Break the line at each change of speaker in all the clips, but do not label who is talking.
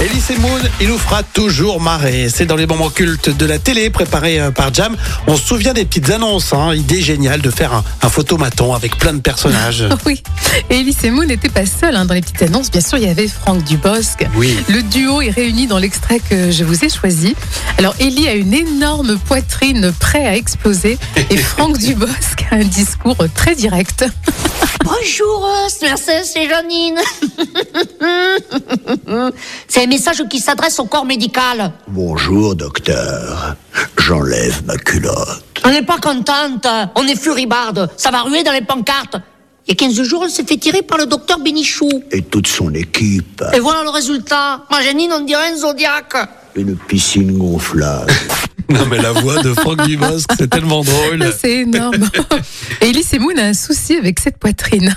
Elise et Moon, il nous fera toujours marrer. C'est dans les moments cultes de la télé préparés euh, par Jam. On se souvient des petites annonces. hein. Idée géniale de faire un, un photomaton avec plein de personnages.
Oui, et Elise et Moon n'était pas seule hein. dans les petites annonces. Bien sûr, il y avait Franck Dubosc.
Oui.
Le duo est réuni dans l'extrait que je vous ai choisi. Alors, Ellie a une énorme poitrine prête à exploser et Franck Dubosc a un discours très direct.
Bonjour, euh, merci, c'est Janine. c'est un message qui s'adresse au corps médical.
Bonjour, docteur. J'enlève ma culotte.
On n'est pas contente, on est furibarde, ça va ruer dans les pancartes. Il y a 15 jours, on s'est fait tirer par le docteur Bénichou.
Et toute son équipe.
Et voilà le résultat. Ma Janine, on dirait un zodiaque.
Une piscine gonflable.
Non mais la voix de Franck Dubosc, c'est tellement drôle.
C'est énorme. Et Elise et Moon a un souci avec cette poitrine.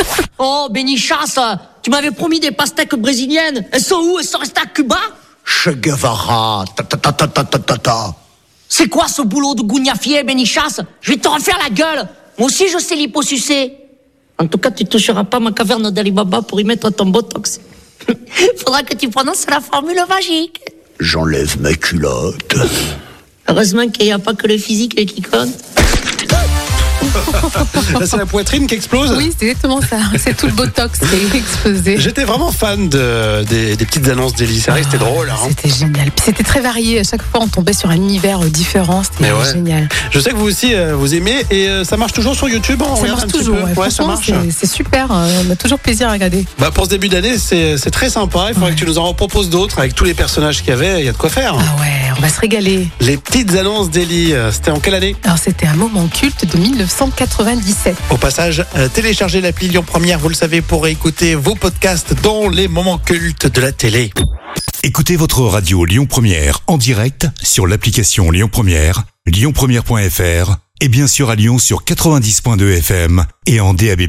Oh, Bénichasse, tu m'avais promis des pastèques brésiliennes. Elles sont où Elles sont restées à Cuba
Che Guevara. Ta ta ta ta ta ta ta ta.
C'est quoi ce boulot de gougnafier, Bénichasse Je vais te refaire la gueule. Moi aussi, je sais l'hyposucer. En tout cas, tu toucheras pas ma caverne d'Alibaba pour y mettre ton botox. Faudra que tu prononces la formule magique.
J'enlève ma culotte.
Heureusement qu'il n'y a pas que le physique qui compte.
Là, c'est la poitrine qui explose.
Oui, c'est exactement ça. C'est tout le botox qui est explosé.
J'étais vraiment fan de, des, des petites annonces d'Elise. C'est vrai que c'était drôle. hein.
C'était génial. Puis c'était très varié. À chaque fois, on tombait sur un univers euh, différent. C'était
Mais ouais.
génial.
Je sais que vous aussi, euh, vous aimez et euh, ça marche toujours sur YouTube. On
Ça
regarde
marche
un petit
toujours.
peu.
ouais.
Ouais, ça
Franchement,
marche.
c'est- C'est super. euh, On a toujours plaisir à regarder.
Bah, pour ce début d'année, c'est c'est très sympa. Il faudrait que tu nous en proposes d'autres avec tous les personnages qu'il y avait. Il y a de quoi faire.
Ah ouais, on va se régaler.
Les petites annonces d'Eli, euh, c'était en quelle année
Alors c'était un moment culte de 1997.
Au passage, euh, téléchargez l'appli Lyon Première, vous le savez, pour écouter vos podcasts dans les moments cultes de la télé.
Écoutez votre radio Lyon Première en direct sur l'application Lyon Première, lyonpremière.fr et bien sûr à Lyon sur 90.2 FM et en DAB+.